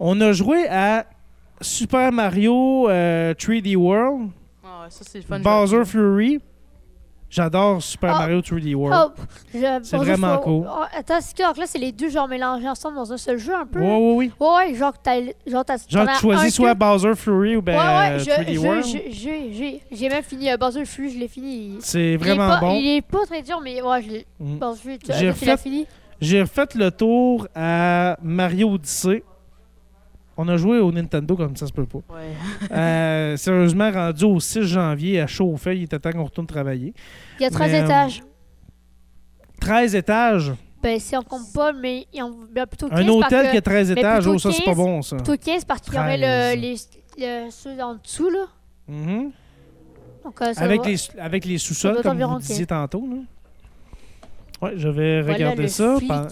A: On a joué à Super Mario euh, 3D World,
C: Ah, ouais, ça, c'est le fun.
A: Bowser
C: genre.
A: Fury. J'adore Super
B: Ah.
A: Mario 3D World.
B: Hop, je-
A: C'est
B: bon,
A: vraiment
B: faut-
A: cool.
B: oh, attends, c'est que donc là, c'est les deux genre mélangés ensemble dans un seul jeu un peu.
A: Ouais, ouais, oui.
B: Ouais, ouais, genre que t'as. Genre, t'as
A: Genre,
B: t'en as
A: tu choisis
B: un
A: soit
B: que-
A: Bowser Fury ou ben,
B: ouais, ouais, je-
A: 3D World.
B: je- je- j'ai- j'ai- j'ai même fini euh, Bowser Fury, je l'ai fini. Il-
A: C'est
B: il est
A: vraiment
B: pas-
A: bon.
B: Il est pas très dur, mais ouais, je l'ai.
A: Mm.
B: Bowser Fury, tu
A: J'ai
B: toi, tu l'as
A: fait-
B: fini.
A: J'ai refait le tour à Mario Odyssey. On a joué au Nintendo comme ça, ça se peut pas.
C: Ouais.
A: Euh, sérieusement, rendu au 6 janvier, à chaud au feu, il était temps qu'on retourne travailler.
B: Il y a trois
A: Mais, euh,
B: étages.
A: 13 étages.
B: Ben, si on compte pas, mais il y en il y a plutôt 15.
A: Un
B: parce
A: hôtel
B: que-
A: qui a 13
B: mais
A: étages,
B: plutôt
A: oh, ça c'est pas
B: 15,
A: bon ça.
B: Plutôt 15 parce qu'il y aurait le, les, le- ceux en dessous, là.
A: Mhm.
B: Donc, euh, ça
A: Avec,
B: va.
A: les, sous- avec les sous-sols,
B: doit être
A: comme
B: environ
A: vous disiez tantôt. là. Ouais, je vais
B: Voilà
A: regarder
B: le
A: ça.
B: flic.
A: pen-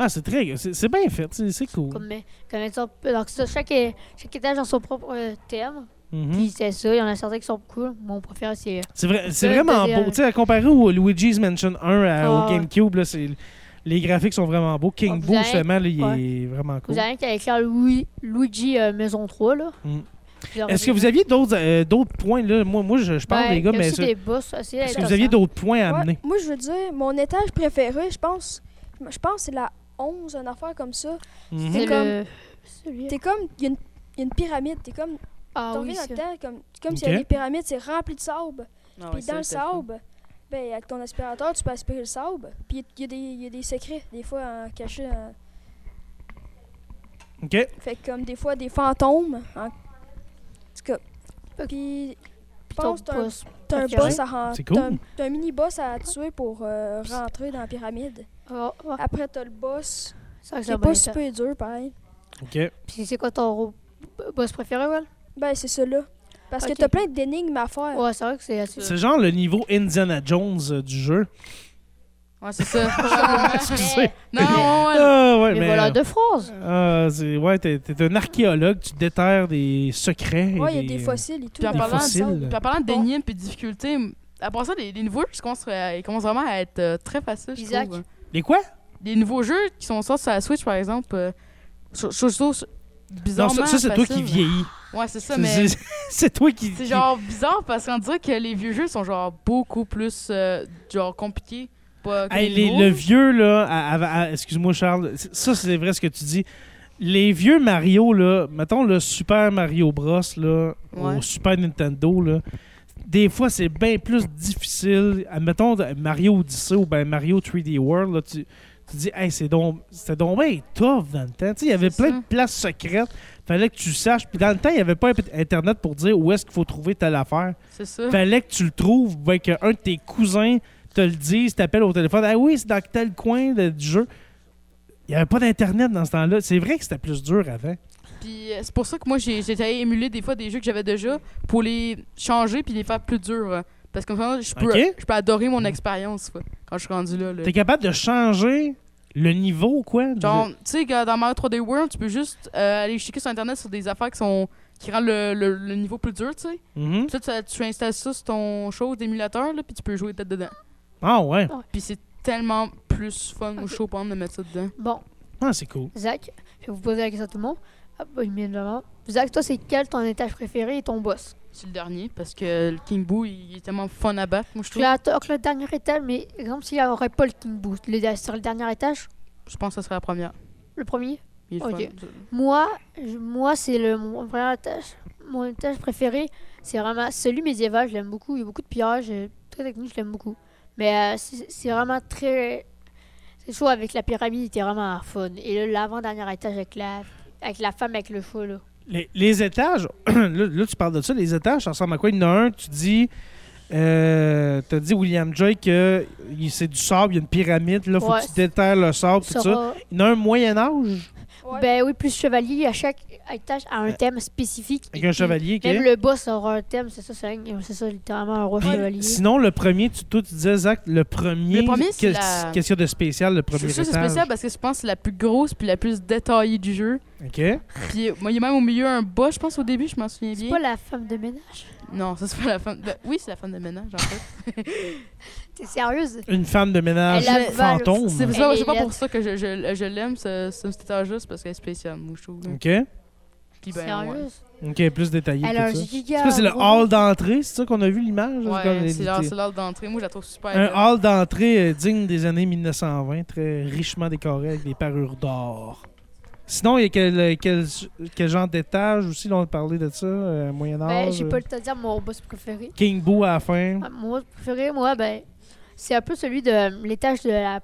A: Ah, c'est très. C'est c'est bien fait, c'est c'est cool.
B: Comme, comme exemple, donc, ça, chaque, chaque étage a son propre euh, thème.
A: Mhm.
B: Puis c'est ça, il y en a certains qui sont cool. Mon préféré, c'est.
A: C'est vrai, c'est
B: Euh,
A: vraiment
B: d'ailleurs.
A: beau. Tu sais, à comparer au Luigi's Mansion 1 à-
B: Ah,
A: au
B: ouais.
A: GameCube, là, c'est- les graphiques sont vraiment beaux. King
B: Ah,
A: Boo,
B: vous avez-
A: justement, là, il
B: ouais.
A: est vraiment cool.
B: Vous avez un qui a écrit Louis, Luigi euh, Maison 3, là.
A: Mm.
B: Je leur
A: Est-ce que
B: dis-
A: vous aviez d'autres euh, d'autres points? Là? Moi, moi, je, je parle,
B: Ouais,
A: les gars,
B: ben, il y a
A: mais
B: aussi
A: ça-
B: des boss assez
A: est-ce que vous
B: intéressants.
A: aviez d'autres points à
D: Ouais,
A: amener?
D: moi, je veux dire, mon étage préféré, je pense, je pense que c'est la 11, une affaire comme ça.
A: Mhm.
B: C'est
D: Mhm. comme-
B: le- celui-
D: T'es comme, il y, a une- il y a une pyramide, t'es comme,
B: Ah
D: t'en
B: oui,
D: reviens
B: ça.
D: dans le temps, comme, comme
A: Ok.
D: s'il y avait des pyramides, c'est rempli de sable.
C: Ah, ouais,
D: Puis
C: ça,
D: dans le
C: c'est le fun.
D: sable, ben, avec ton aspirateur, tu peux aspirer le sable. Puis il y, a des- il y a des secrets, des fois, en- cachés. en-
A: OK.
D: Fait que comme des fois, des fantômes. En, en tout cas.
B: Puis
D: Puis je
B: ton
D: pense que t'as un-
B: boss.
D: t'as un
B: Ok.
D: boss à ren-
A: C'est
D: t'as un-
A: cool.
D: t'as un mini-boss à tuer pour euh, rentrer dans la pyramide.
B: Ah, ah,
D: Après, t'as le boss.
B: c'est vrai que
D: qui
B: c'est un
D: est
B: bon
D: pas
B: état.
D: super dur, pareil.
A: OK.
B: Puis c'est quoi ton ro- boss préféré, Will?
D: Ben, c'est ça là. Parce
B: Ok.
D: que t'as plein d'énigmes à faire.
A: Euh,
B: Ouais, c'est vrai que c'est assez.
A: C'est genre le niveau Indiana Jones euh, du jeu.
C: Ouais, c'est ça.
A: ah, Excusez.
C: non, ouais, ouais.
A: Ah, ouais,
B: Ah, mais
A: mais.
B: voilà de France.
A: Ah, c'est- ouais, t'es, t'es un archéologue, tu déterres des secrets. et
D: Ouais, il y a des fossiles et tout.
C: Puis en
A: Des
C: parlant de-
A: fossiles.
C: Puis en parlant de
D: Bon.
C: d'énigmes puis de difficultés, m- à part ça, les, les nouveaux jeux ils commencent, à- ils commencent vraiment à être euh, très faciles, je
B: Isaac.
C: trouve.
A: Les quoi?
C: Les nouveaux jeux qui sont sortis sur la Switch, par exemple, euh, je je trouve
A: Non, ça,
C: bizarrement
A: ça, c'est toi qui
C: facile.
A: vieillis.
C: Ouais, c'est ça,
A: C'est-
C: mais
A: c'est, c'est toi qui.
C: c'est genre bizarre parce qu'on dirait que les vieux jeux sont genre beaucoup plus euh, genre compliqués. Pas que
A: Hey, les-
C: nouveaux.
A: le vieux, là. à- à- à- excuse-moi, Charles. c- Ça, c'est vrai ce que tu dis. Les vieux Mario, là. Mettons le Super Mario Bros, là.
C: Ouais.
A: Au Super Nintendo, là. Des fois, c'est bien plus difficile. Mettons Mario Odyssey ou ben Mario 3D World, là. Tu, tu dis, hey, c'est donc, c'était donc bien tough dans le temps. Tu sais, il y avait
C: C'est
A: plein
C: ça.
A: de places secrètes. Fallait que tu saches. Puis dans le temps, il n'y avait pas Internet pour dire où est-ce qu'il faut trouver telle affaire
C: C'est ça.
A: fallait que tu le trouves, ben, que un de tes cousins te le dise, t'appelle au téléphone. Ah oui, c'est dans tel coin de- du jeu. Il n'y avait pas d'Internet dans ce temps-là. C'est vrai que c'était plus dur avant.
C: Puis euh, c'est pour ça que moi, j'ai- j'étais émulé des fois des jeux que j'avais déjà pour les changer puis les faire plus durs. euh, Parce que comme ça, je peux,
A: Ok.
C: je peux adorer mon expérience quoi, quand je suis rendu là. là.
A: T'es capable de changer le niveau, quoi. du-
C: Genre, tu sais, que dans Mario 3D World, tu peux juste euh, aller checker sur Internet sur des affaires qui sont qui rendent le, le- le niveau plus dur, tu sais.
A: Mhm.
C: Puis ça, tu, tu installes ça sur ton show d'émulateur, là, puis tu peux jouer tête dedans.
A: Ah ouais.
C: Puis c'est tellement plus fun au
B: Ok.
C: show, par exemple, de mettre ça dedans.
B: Bon,
A: Ah, c'est cool.
B: Zach, je vais vous poser la question à tout le monde. Ah, bah, il met de l'avant. Zach, toi, c'est quel ton étage préféré et ton boss
C: C'est le dernier, parce que le King Boo, il est tellement fun à battre, moi, je
B: Tu
C: trouve.
B: l'attaques le dernier étage, mais exemple, s'il n'y aurait pas le King Boost, le- sur le dernier étage,
C: Je pense que ça serait la première.
B: le premier
C: Il est le
B: Ok.
C: fun.
B: Moi, je- moi c'est le mon premier étage. Mon étage préféré, c'est vraiment celui médiéval. Je l'aime beaucoup. Il y a beaucoup de pillages. euh, Très technique, je l'aime beaucoup. Mais euh, c'est c'est vraiment très. C'est chaud avec la pyramide, était vraiment fun. Et le- l'avant-dernier étage avec la, avec la femme avec le feu, là.
A: Les, les étages, là, là, tu parles de ça, les étages, ça ressemble à quoi? Il y en a un, tu dis, euh, t'as dit William J. que il- c'est du sable, il y a une pyramide, là, faut
B: Ouais.
A: que tu déterres le sable, tout ça.
B: Sera-
A: Il y en a un Moyen-Âge,
D: Ouais.
B: Ben oui, plus chevalier, à chaque étage a un
A: Euh,
B: thème spécifique.
A: avec un
B: Et-
A: chevalier. ok?
B: Même le boss aura un thème, c'est ça, c'est un- c'est ça, littéralement un roi
A: Puis,
B: chevalier.
A: Sinon, le premier, tu, toi, tu disais, Zach, le premier,
C: Le premier, c'est
A: qu'est-
C: la-
A: qu'est-ce qu'il y a de spécial, le
C: Je
A: premier
C: trouve ça c'est
A: étage?
C: spécial parce que je pense que c'est la plus grosse puis la plus détaillée du jeu.
A: OK.
C: Puis euh, moi, il y a même au milieu un bas, je pense, au début, je m'en souviens
B: C'est
C: bien.
B: pas la femme de ménage.
C: Non, ça c'est pas la femme. ben, oui, c'est la femme de ménage en fait.
B: T'es sérieuse?
A: Une femme de ménage
B: Elle a-
A: fantôme.
C: C'est
B: Elle
C: ça,
B: est
C: c'est pas
B: laide.
C: pour ça que je, je, je l'aime, ce, ce petit étage-là, c'est parce qu'elle est spéciale, moi je trouve. là.
A: OK.
C: Puis ben, ouais.
B: Sérieuse?
A: OK, plus détaillé
B: Elle
A: que
B: a un
A: ça.
B: giga.
A: C'est quoi, c'est le
B: gros-
A: hall d'entrée, c'est ça qu'on a vu l'image? là, comme
C: Ouais,
A: les-
C: c'est l'heure- c'est l'heure d'entrée. Moi, je la trouve super.
A: Un
C: laide.
A: hall d'entrée euh, digne des années 1920, très richement décoré avec des parures d'or. Sinon, il y a quel, euh, quel, quel genre d'étage aussi, là, on a parlé de ça, euh,
B: Ben,
A: Moyen-Âge.
B: j'ai pas le temps de dire mon boss préféré.
A: King Boo à la fin.
B: Ah, Mon boss préféré, moi, ben, c'est un peu celui de euh, l'étage de la.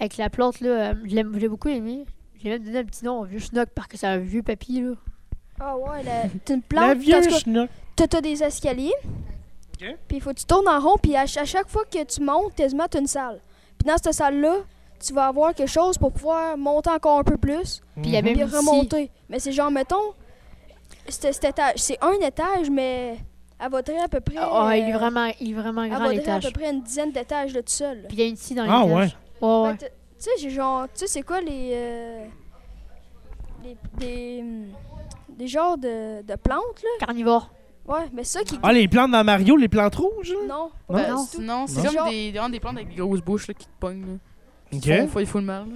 B: Avec la plante, là, euh, je l'aime- je l'ai beaucoup aimé. J'ai même donné un petit nom au vieux schnock parce que c'est un vieux papy, là.
D: Ah ouais, la- t'as une
A: La
D: plante.
A: vieille
D: parce que
A: schnock.
D: t'as- T'as des escaliers.
A: Ok.
D: Puis il faut que tu tournes en rond. Puis à, ch- à chaque fois que tu montes, quasiment, t'as une salle. Puis dans cette salle-là, tu vas avoir quelque chose pour pouvoir monter encore un peu plus.
B: Puis il y a même
D: Puis
B: ici-
D: remonter. Mais c'est genre, mettons, c'est cet étage- c'est un étage, mais elle va très à peu près.
B: Ah, ouais, il est
D: euh,
B: vraiment, il est vraiment
D: elle
B: grand,
D: va très à
B: l'étage.
D: peu près une dizaine d'étages là, tout seul.
B: Puis il y a une scie dans
A: Ah,
B: l'étage. Ah, ouais.
D: Ouais, t'as- tu sais, j'ai genre. Tu sais, c'est quoi les. euh, les des, hum, des genres de, de plantes, là?
B: Carnivore.
D: Ouais, mais ça qui.
A: Ah, les plantes dans Mario, les plantes rouges? là?
D: Non.
A: Non?
C: Ben,
B: Non.
C: sinon, c'est
D: Non.
C: comme
D: Genre-
C: des, vraiment des plantes avec des grosses bouches là, qui te pognent. Là. Ils
A: OK.
C: font- faut- Il faut le mal. là.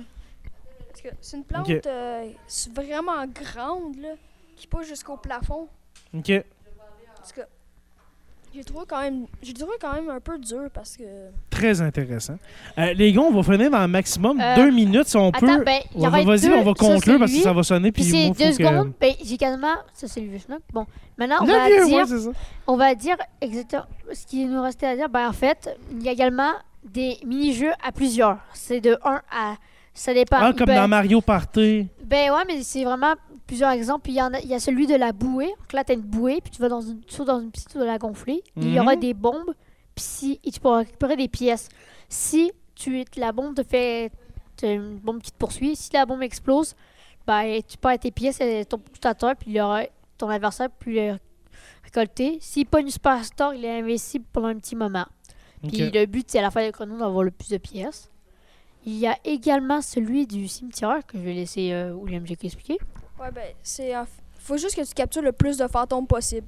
D: parce que C'est une plante
A: Ok.
D: euh, c'est vraiment grande, là, qui pousse jusqu'au plafond.
A: OK.
D: Parce que. J'ai trouvé quand même. J'ai trouvé quand même un peu dur parce que.
A: Très intéressant. Euh, les gars, on va finir dans un maximum
B: Euh,
A: deux minutes si on peut.
B: Attends, ben, il y
A: on
B: aura
A: va, vas-y,
B: deux-
A: on va
B: ça,
A: conclure
B: c'est
A: parce que
B: lui.
A: ça va sonner. Puis
B: Puis c'est
A: moi, faut
B: deux
A: que-
B: secondes. Ben, j'ai également. Ça, c'est le vieux schnock. Bon, maintenant, on
A: Le
B: va
A: vieux,
B: dire.
A: ouais, c'est ça.
B: On va dire exactement ce qui nous restait à dire. Ben, en fait, il y a également des mini-jeux à plusieurs. C'est de 1 à. Ça dépend.
A: Ah, comme
B: ben,
A: dans Mario Party.
B: ben ouais, mais c'est vraiment plusieurs exemples. Puis il y, en a, il y a celui de la bouée. Donc là, t'as une bouée, puis tu vas dans une, tu sautes dans une piscine, tu dois la gonfler. Il y aura
A: Mhm.
B: des bombes, puis si, et tu pourras récupérer des pièces. Si tu la bombe te fait. t'as une bombe qui te poursuit, si la bombe explose, ben, tu perds tes pièces, elles tombent tout à terre, puis il y aura ton adversaire puis le récolter. S'il pas une superstar, il est invincible pendant un petit moment.
A: OK.
B: Puis le but, c'est à la fin du chrono d'avoir le plus de pièces. Il y a également celui du cimetière que je vais laisser euh, William Jake expliquer.
D: Ouais, ben, c'est. euh, faut juste que tu captures le plus de fantômes possible.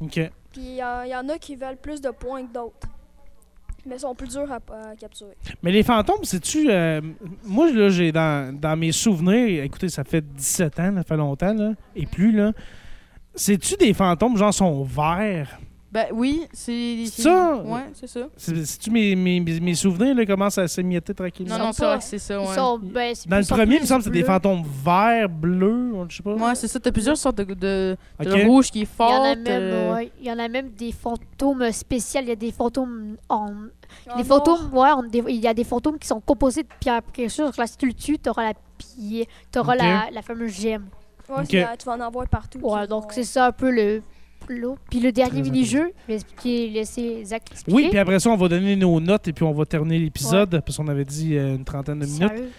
A: Ok.
D: Puis il y, a- il y en a qui valent plus de points que d'autres. Mais ils sont plus durs à, à capturer.
A: Mais les fantômes, sais-tu. euh, moi, là, j'ai dans, dans mes souvenirs. Écoutez, ça fait 17 ans, ça fait longtemps, là,
B: Mm-hmm.
A: et plus, là. C'est-tu des fantômes, genre, sont verts?
C: Ben oui, c'est.
A: C'est ça?
C: Ouais, c'est ça.
A: C'est- C'est-tu mes, mes, mes mes souvenirs, là, commencent à s'émietter
C: Non,
A: tranquillement?
C: non,
B: sont
C: c'est
B: pas-
C: vrai que c'est ça,
B: Ils
C: ouais.
B: sont, ben, c'est-
A: Dans le
B: ils sont
A: premier, il me
B: plus
A: semble que c'est des
B: bleus.
A: fantômes verts, bleus, on- je sais pas.
C: Ouais, c'est ça. T'as plusieurs sortes de. de t'as
A: Ok.
C: le rouge qui est
B: Il y,
C: euh. fort.
B: en a
C: t'as le-
B: même, ouais, il y en a même des fantômes spéciaux. Il y a des fantômes en.
D: En
B: les
D: or,
B: fantômes, ouais, on- des- il y a des fantômes qui sont composés de pierres quelque chose. Donc là, si tu le tues, t'auras la pierre, t'auras
A: Ok.
B: la, la fameuse gemme.
D: ouais,
A: Ok.
D: c'est- tu vas en avoir partout.
B: Ouais,
D: qui
B: donc
D: vont-
B: c'est ça un peu le. l'eau. Puis le
A: Très
B: dernier mini-jeu, je vais expliquer, laisser Zach expliquer.
A: Oui, puis après ça, on va donner nos notes et puis on va terminer l'épisode, parce qu'on avait dit euh, une trentaine de minutes.
B: Sérieux.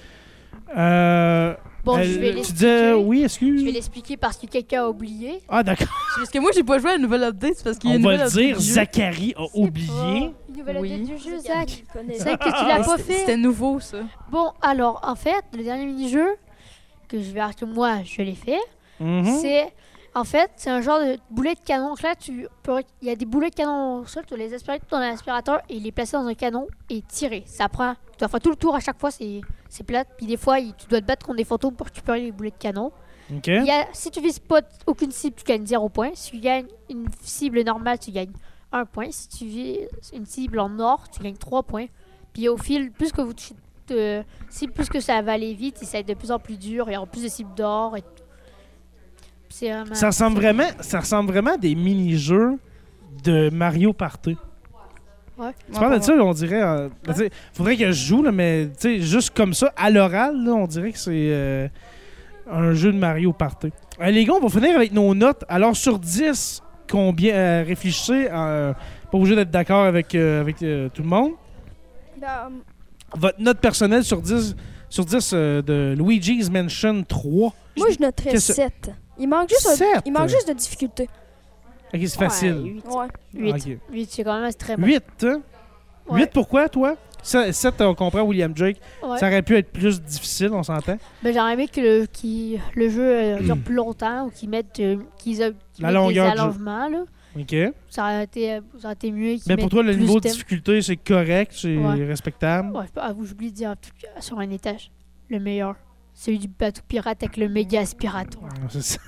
A: Euh,
B: Bon,
A: elle-
B: je vais
A: tu
B: l'expliquer.
A: disais, oui,
B: Je vais
A: excuse.
B: l'expliquer parce que quelqu'un a oublié.
A: Ah, d'accord,
C: Parce que moi, j'ai pas joué à la nouvelle update. c'est parce qu'il y a
A: on
C: une
A: va
C: nouvelle
A: le
C: update
A: dire,
C: du jeu.
A: Zachary a Oh, oublié.
B: Une nouvelle
C: Oui. Ah,
B: update du jeu,
D: Regarde,
B: Zach.
D: il connaît.
B: Zach, que tu l'as pas
C: C'était-
B: fait.
C: C'était nouveau, ça.
B: Bon, alors, en fait, le dernier mini-jeu que je vais que moi, je l'ai fait,
A: Mhm.
B: c'est. En fait, c'est un genre de boulet de canon. Donc là, tu peux- il y a des boulets de canon au sol, tu dois les aspirer tout dans l'aspirateur et les placer dans un canon et tirer. Ça prend. Tu dois faire tout le tour à chaque fois, c'est c'est plate. Puis des fois, il- tu dois te battre contre des fantômes pour récupérer les boulets de canon.
A: Ok.
B: Il y a- si tu vises pas t- aucune cible, tu gagnes 0 points. Si tu gagnes une cible normale, tu gagnes 1 point. Si tu vises une cible en or, tu gagnes 3 points. Puis au fil, plus que vous touchez de cibles, plus que ça va aller vite, et ça va être de plus en plus dur. Il y aura plus de cibles d'or et tout. C'est vraiment-
A: Ça ressemble vraiment, ça ressemble vraiment à des mini-jeux de Mario Party. Tu parles de ça, on dirait. euh, ben, tu sais, faudrait que je joue, là, mais tu sais, juste comme ça, à l'oral, là, on dirait que c'est euh, un jeu de Mario Party. Euh, les gars, on va finir avec nos notes. Alors, sur 10, combien euh, Réfléchissez, euh, pas obligé d'être d'accord avec, euh, avec euh, tout le monde.
D: Ben, euh,
A: Votre note personnelle sur 10, sur 10 euh, de Luigi's Mansion 3.
D: moi, je noterais
A: Qu'est-ce que-
D: 7. Il manque juste, un-
A: Sept?
D: il manque juste de difficulté.
A: Ok, c'est facile.
B: Ouais,
D: Ouais.
B: 8.
A: Ah, ok.
B: 8, c'est quand même très bon.
A: 8, hein?
B: Ouais.
A: 8 pourquoi, toi? 7, on comprend William Drake.
B: Ouais.
A: Ça aurait pu être plus difficile, on s'entend.
B: Ben, J'aurais aimé que le, qu'il- le jeu euh, dure plus longtemps ou qu'ils mettent, euh, qu'ils a- qu'ils
A: Hmm. La
B: mettent
A: longueur du
B: des
A: jeu.
B: allongements. Là.
A: OK.
B: Ça, aurait été, euh, ça aurait été mieux. qu'ils
A: Mais Ben, pour
B: mettent
A: toi, le
B: plus
A: niveau de
B: thèmes.
A: difficulté, c'est correct, c'est
B: Ouais.
A: respectable.
B: Ouais, ah, vous, j'oublie de dire un truc euh, sur un étage. Le meilleur. Celui du bateau pirate avec le méga aspirateur.
A: Ah, c'est ça.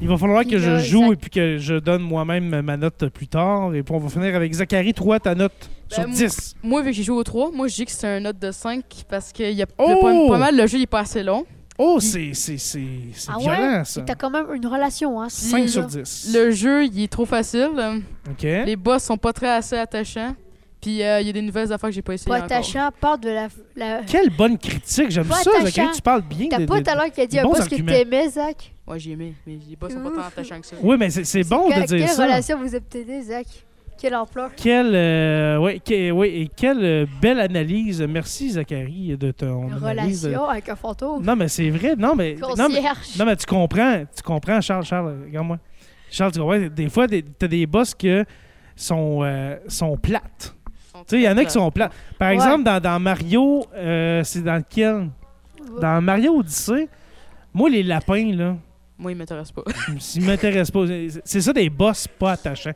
A: Il va falloir que
B: Puis
A: je
B: là,
A: joue
B: Zach-
A: et puis que je donne moi-même ma note plus tard. Et puis on va finir avec Zachary, toi, ta note
C: Ben,
A: sur
C: moi-
A: 10.
C: Moi, vu que j'ai joué au 3, moi, je dis que c'est un note de 5 parce que y a
A: Oh!
C: le problème- pas mal, le jeu il est pas assez long.
A: Oh, c'est c'est- c'est- c'est
B: Ah ouais?
A: violent,
B: Et
A: ça.
B: t'as quand même une relation, hein. si
A: 5
B: là.
A: sur 10.
C: Le jeu, il est trop facile. euh,
A: OK.
C: Les boss sont pas très assez attachants. Puis euh, il y a des nouvelles affaires que j'ai pas essayé
B: Pas
C: encore.
B: attachant, parle de la. la...
A: Quelle bonne critique, j'aime
B: Pas
A: ça, Zachary,
B: attachant.
A: tu parles bien.
B: T'as
A: de-
B: pas
A: de-
B: talent qui a dit un
A: bons
B: boss que
A: arguments.
B: t'aimais, Zach.
C: Ouais, j'ai aimé, mais les boss sont pas
B: Ouf.
C: tant attachants que ça.
A: Oui, mais c'est- c'est bon de
B: Quelle-
A: dire
B: Quelle
A: ça.
B: relation vous obtenez, Zach Quelle ampleur.
A: Quelle, euh, ouais, que- ouais, et quelle euh, belle analyse. Merci, Zachary, de ton
B: Une
A: analyse. euh,
B: relation avec un fantôme.
A: Non, mais c'est vrai. Non, mais, non, mais,
B: Concierge.
A: non, mais tu comprends. Tu comprends, Charles. Charles, regarde-moi. Charles, tu comprends. Des fois, des- t'as des boss que sont, euh, sont plates. Tu sais, il y en a qui sont plates. Par
B: Ouais.
A: exemple, dans, dans Mario, euh, c'est dans lequel Dans Mario Odyssey, moi, les lapins, là.
C: Moi, ils m'intéressent pas.
A: S'ils m'intéressent pas. C'est- C'est ça des boss pas attachants.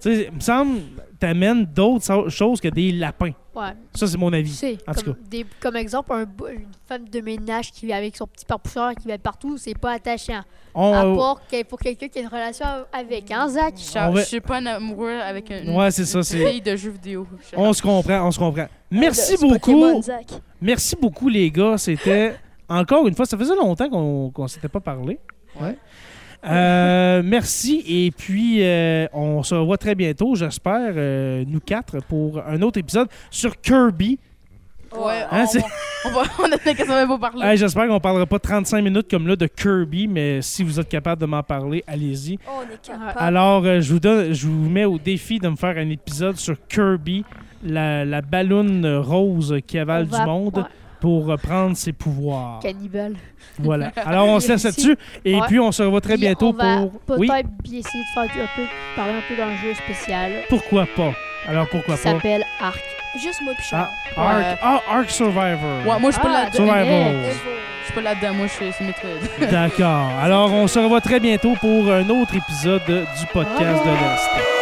A: Tu sais, il me semble t'amènes d'autres so- choses que des lapins.
B: Ouais.
A: Ça, c'est mon
B: Tu
A: avis.
B: sais,
A: En tout
B: comme, des- comme exemple, un bo- une femme de ménage qui vient avec son petit parpoucheur qui va partout, c'est pas attachant.
A: On-
B: À part que- pour quelqu'un qui a une relation avec, hein, Zach?
C: Char-
A: On va-
C: Je suis pas un amoureux avec un- une,
A: Ouais, c'est ça, c'est-
C: fille de jeux vidéo. Char-
A: on se comprend, on se comprend. Merci
D: C'est
A: beaucoup.
D: Pokémon, Zach.
A: Merci beaucoup, les gars. C'était encore une fois, ça faisait longtemps qu'on qu'on s'était pas parlé.
C: Ouais.
A: Euh, merci. Et puis, euh, on se revoit très bientôt, j'espère, euh, nous quatre, pour un autre épisode sur Kirby.
C: Ouais,
A: Hein,
C: on,
A: c'est-
C: va- on va... On a quasiment même pas parlé.
A: Hey, j'espère qu'on parlera pas 35 minutes comme là de Kirby, mais si vous êtes capable de m'en parler, allez-y.
D: Oh, on est capable.
A: Alors, euh, je vous donne, je vous mets au défi de me faire un épisode sur Kirby, la, la balloune rose qui
B: On
A: avale du
B: va-
A: monde,
B: ouais,
A: pour reprendre ses pouvoirs.
B: Cannibale.
A: Voilà. Alors, on se laisse
B: Ici.
A: là-dessus. Et
B: Ouais.
A: puis, on se revoit très
B: Puis
A: bientôt
B: on va
A: pour. Oui,
B: peut-être essayer de faire du- un peu, parler un peu d'un jeu spécial
A: pourquoi pas? Alors, pourquoi
B: qui
A: pas?
B: s'appelle Arc.
D: Juste moi pis Charles.
A: Ah, Ark.
C: Ouais.
A: Ah, Ark Survivor.
C: Ouais, moi, je suis pas
B: Ah,
C: là-dedans.
A: Survival.
D: Evo.
C: Je suis pas là-dedans. Moi, je suis c'est Metroid.
A: D'accord. Alors, on se revoit très bientôt pour un autre épisode du podcast de l'Est.